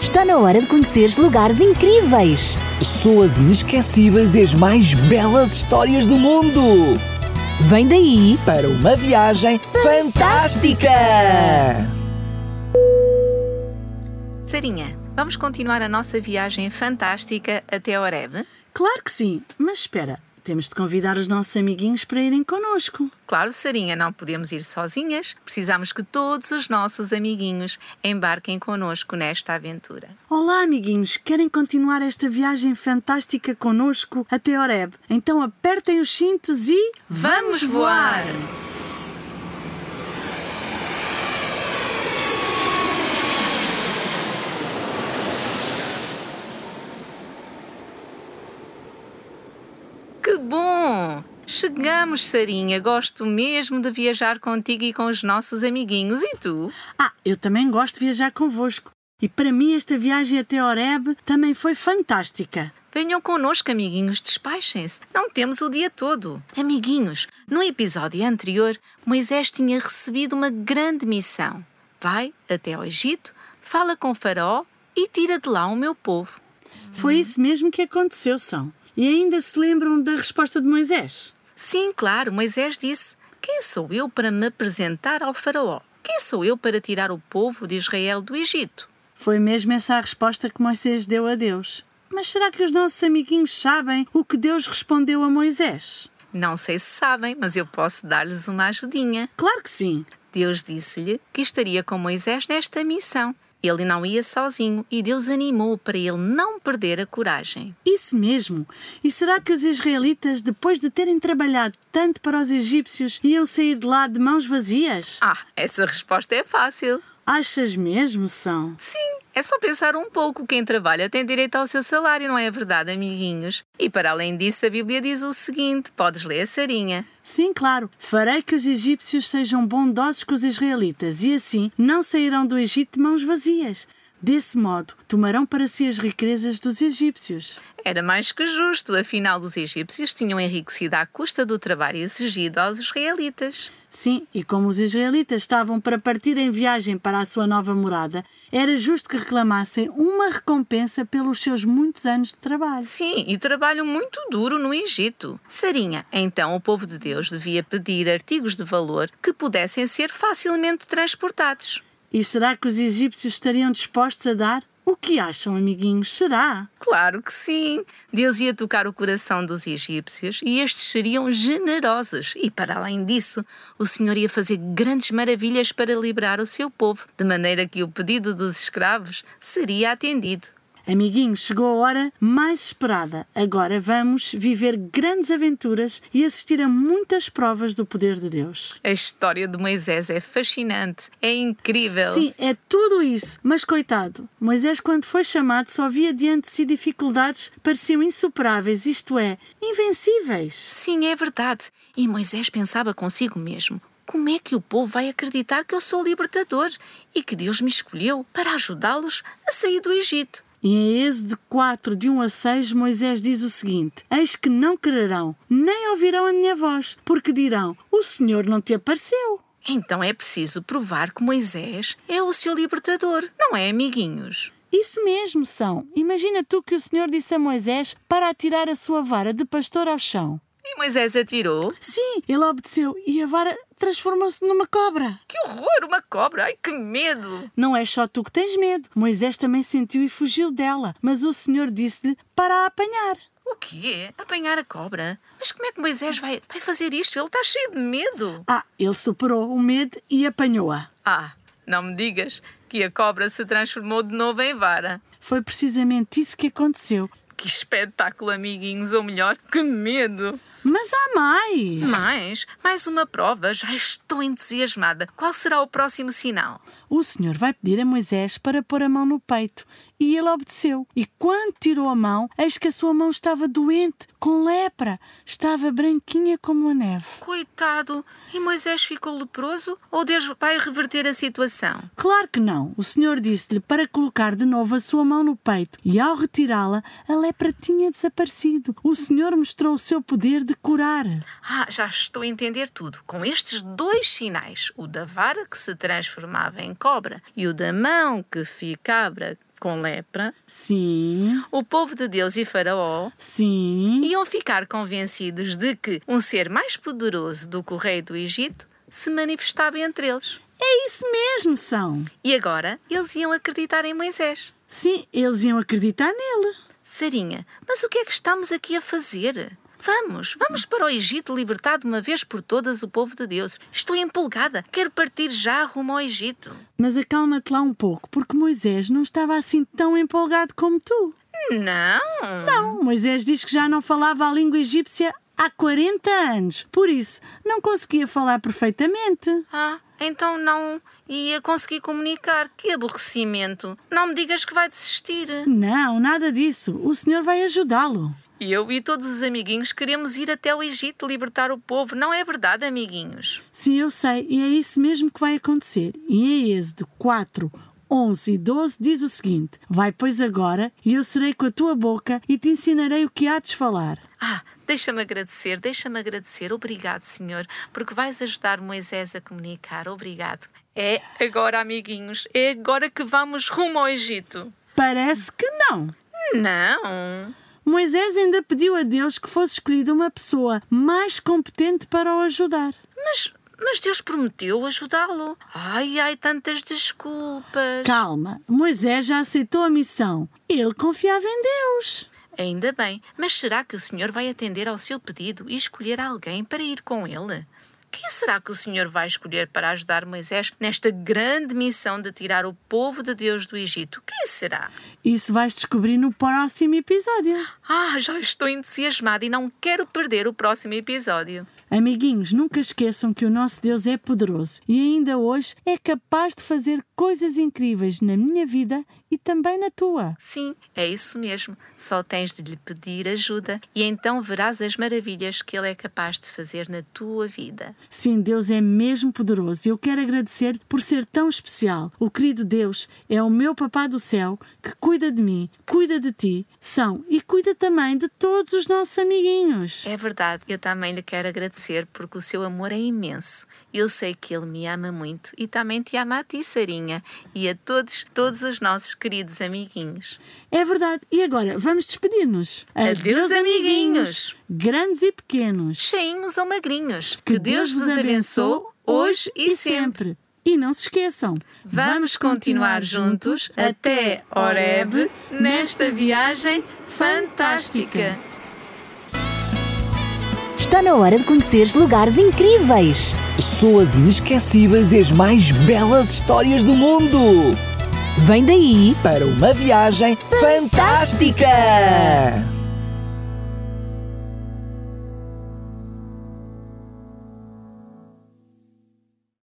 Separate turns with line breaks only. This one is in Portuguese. Está na hora de conheceres lugares incríveis.
Pessoas inesquecíveis e as mais belas histórias do mundo!
Vem daí,
Para uma viagem fantástica!
Sarinha, vamos continuar a nossa viagem fantástica até Oreb?
Claro que sim, mas espera, temos de convidar os nossos amiguinhos para irem connosco.
Claro, Sarinha, não podemos ir sozinhas. Precisamos que todos os nossos amiguinhos embarquem connosco nesta aventura.
Olá, amiguinhos, querem continuar esta viagem fantástica connosco até Oreb? Então apertem os cintos e.
Vamos voar! Que bom! Chegamos, Sarinha. Gosto mesmo de viajar contigo e com os nossos amiguinhos. E tu?
Ah, eu também gosto de viajar convosco. E para mim, esta viagem até Oreb também foi fantástica.
Venham connosco, amiguinhos, despachem-se. Não temos o dia todo. Amiguinhos, no episódio anterior, Moisés tinha recebido uma grande missão. Vai até ao Egito, fala com Faraó e tira de lá o meu povo.
Foi isso mesmo que aconteceu, são. E ainda se lembram da resposta de Moisés?
Sim, claro, Moisés disse: Quem sou eu para me apresentar ao Faraó? Quem sou eu para tirar o povo de Israel do Egito?
Foi mesmo essa a resposta que Moisés deu a Deus. Mas será que os nossos amiguinhos sabem o que Deus respondeu a Moisés?
Não sei se sabem, mas eu posso dar-lhes uma ajudinha.
Claro que sim.
Deus disse-lhe que estaria com Moisés nesta missão. Ele não ia sozinho e Deus animou para ele não perder a coragem.
Isso mesmo. E será que os israelitas, depois de terem trabalhado tanto para os egípcios, iam sair de lá de mãos vazias?
Ah, essa resposta é fácil.
Achas mesmo, São?
Sim, é só pensar um pouco. Quem trabalha tem direito ao seu salário, não é verdade, amiguinhos? E para além disso, a Bíblia diz o seguinte: podes ler, Sarinha.
Sim, claro. Farei que os egípcios sejam bondosos com os israelitas e assim não sairão do Egito de mãos vazias. Desse modo, tomarão para si as riquezas dos egípcios.
Era mais que justo, afinal, os egípcios tinham enriquecido à custa do trabalho exigido aos israelitas.
Sim, e como os israelitas estavam para partir em viagem para a sua nova morada, era justo que reclamassem uma recompensa pelos seus muitos anos de trabalho.
Sim, e trabalho muito duro no Egito. Sarinha, então o povo de Deus devia pedir artigos de valor que pudessem ser facilmente transportados.
E será que os egípcios estariam dispostos a dar? O que acham, amiguinhos? Será?
Claro que sim! Deus ia tocar o coração dos egípcios e estes seriam generosos. E para além disso, o Senhor ia fazer grandes maravilhas para liberar o seu povo, de maneira que o pedido dos escravos seria atendido.
Amiguinhos, chegou a hora mais esperada. Agora vamos viver grandes aventuras e assistir a muitas provas do poder de Deus.
A história de Moisés é fascinante, é incrível.
Sim, é tudo isso. Mas coitado, Moisés, quando foi chamado, só via diante de si dificuldades que pareciam insuperáveis, isto é, invencíveis.
Sim, é verdade. E Moisés pensava consigo mesmo: como é que o povo vai acreditar que eu sou libertador e que Deus me escolheu para ajudá-los a sair do Egito?
E em Êxodo 4, de 1 a 6, Moisés diz o seguinte: Eis que não quererão, nem ouvirão a minha voz, porque dirão: O Senhor não te apareceu.
Então é preciso provar que Moisés é o seu libertador, não é, amiguinhos?
Isso mesmo são. Imagina tu que o Senhor disse a Moisés para atirar a sua vara de pastor ao chão.
E Moisés atirou.
Sim, ele obedeceu e a vara transformou-se numa cobra.
Que horror, uma cobra! Ai, que medo!
Não é só tu que tens medo. Moisés também sentiu e fugiu dela, mas o Senhor disse-lhe para a apanhar.
O quê? Apanhar a cobra? Mas como é que Moisés vai, vai fazer isto? Ele está cheio de medo.
Ah, ele superou o medo e apanhou-a.
Ah, não me digas que a cobra se transformou de novo em vara.
Foi precisamente isso que aconteceu.
Que espetáculo, amiguinhos, ou melhor, que medo!
Mas há mais!
Mais, mais uma prova, já estou entusiasmada. Qual será o próximo sinal?
O Senhor vai pedir a Moisés para pôr a mão no peito. E ele obedeceu. E quando tirou a mão, eis que a sua mão estava doente, com lepra. Estava branquinha como a neve.
Coitado, e Moisés ficou leproso? Ou Deus vai reverter a situação?
Claro que não. O Senhor disse-lhe para colocar de novo a sua mão no peito, e ao retirá-la, a lepra tinha desaparecido. O Senhor mostrou o seu poder de curar.
Ah, já estou a entender tudo. Com estes dois sinais, o da vara que se transformava em cobra e o da mão que ficava com lepra,
Sim,
o povo de Deus e Faraó
sim.
iam ficar convencidos de que um ser mais poderoso do que o rei do Egito se manifestava entre eles.
É isso mesmo, são.
E agora eles iam acreditar em Moisés.
Sim, eles iam acreditar nele.
Sarinha, mas o que é que estamos aqui a fazer? Vamos, vamos para o Egito libertar de uma vez por todas o povo de Deus. Estou empolgada, quero partir já rumo ao Egito.
Mas acalma-te lá um pouco, porque Moisés não estava assim tão empolgado como tu.
Não!
Não, Moisés diz que já não falava a língua egípcia há 40 anos. Por isso, não conseguia falar perfeitamente.
Ah, então não ia conseguir comunicar. Que aborrecimento! Não me digas que vai desistir.
Não, nada disso. O senhor vai ajudá-lo.
Eu e todos os amiguinhos queremos ir até o Egito libertar o povo, não é verdade, amiguinhos?
Sim, eu sei, e é isso mesmo que vai acontecer. E em Êxodo 4, 11 e 12 diz o seguinte: Vai, pois, agora, e eu serei com a tua boca e te ensinarei o que há de falar.
Ah, deixa-me agradecer, deixa-me agradecer. Obrigado, Senhor, porque vais ajudar Moisés a comunicar. Obrigado. É agora, amiguinhos, é agora que vamos rumo ao Egito.
Parece que não.
Não!
Moisés ainda pediu a Deus que fosse escolhida uma pessoa mais competente para o ajudar.
Mas, mas Deus prometeu ajudá-lo. Ai, ai, tantas desculpas.
Calma, Moisés já aceitou a missão. Ele confiava em Deus.
Ainda bem, mas será que o Senhor vai atender ao seu pedido e escolher alguém para ir com ele? Quem será que o Senhor vai escolher para ajudar Moisés nesta grande missão de tirar o povo de Deus do Egito? Quem será?
Isso vais descobrir no próximo episódio.
Ah, já estou entusiasmada e não quero perder o próximo episódio.
Amiguinhos, nunca esqueçam que o nosso Deus é poderoso e ainda hoje é capaz de fazer coisas incríveis na minha vida e também na tua.
Sim, é isso mesmo. Só tens de lhe pedir ajuda e então verás as maravilhas que ele é capaz de fazer na tua vida.
Sim, Deus é mesmo poderoso e eu quero agradecer por ser tão especial. O querido Deus é o meu papá do céu que cuida de mim, cuida de ti, são e cuida também de todos os nossos amiguinhos.
É verdade, eu também lhe quero agradecer porque o seu amor é imenso. Eu sei que ele me ama muito e também te ama a ti, Sarinha, e a todos, todos os nossos queridos amiguinhos.
É verdade. E agora vamos despedir-nos.
Adeus, amiguinhos.
grandes e pequenos.
Cheinhos ou magrinhos, que, Deus vos abençoe hoje e sempre.
E não se esqueçam,
Vamos continuar juntos até Oreb nesta viagem fantástica.
Está na hora de conheceres lugares incríveis.
Pessoas inesquecíveis e as mais belas histórias do mundo.
Vem daí!
Para uma viagem fantástica.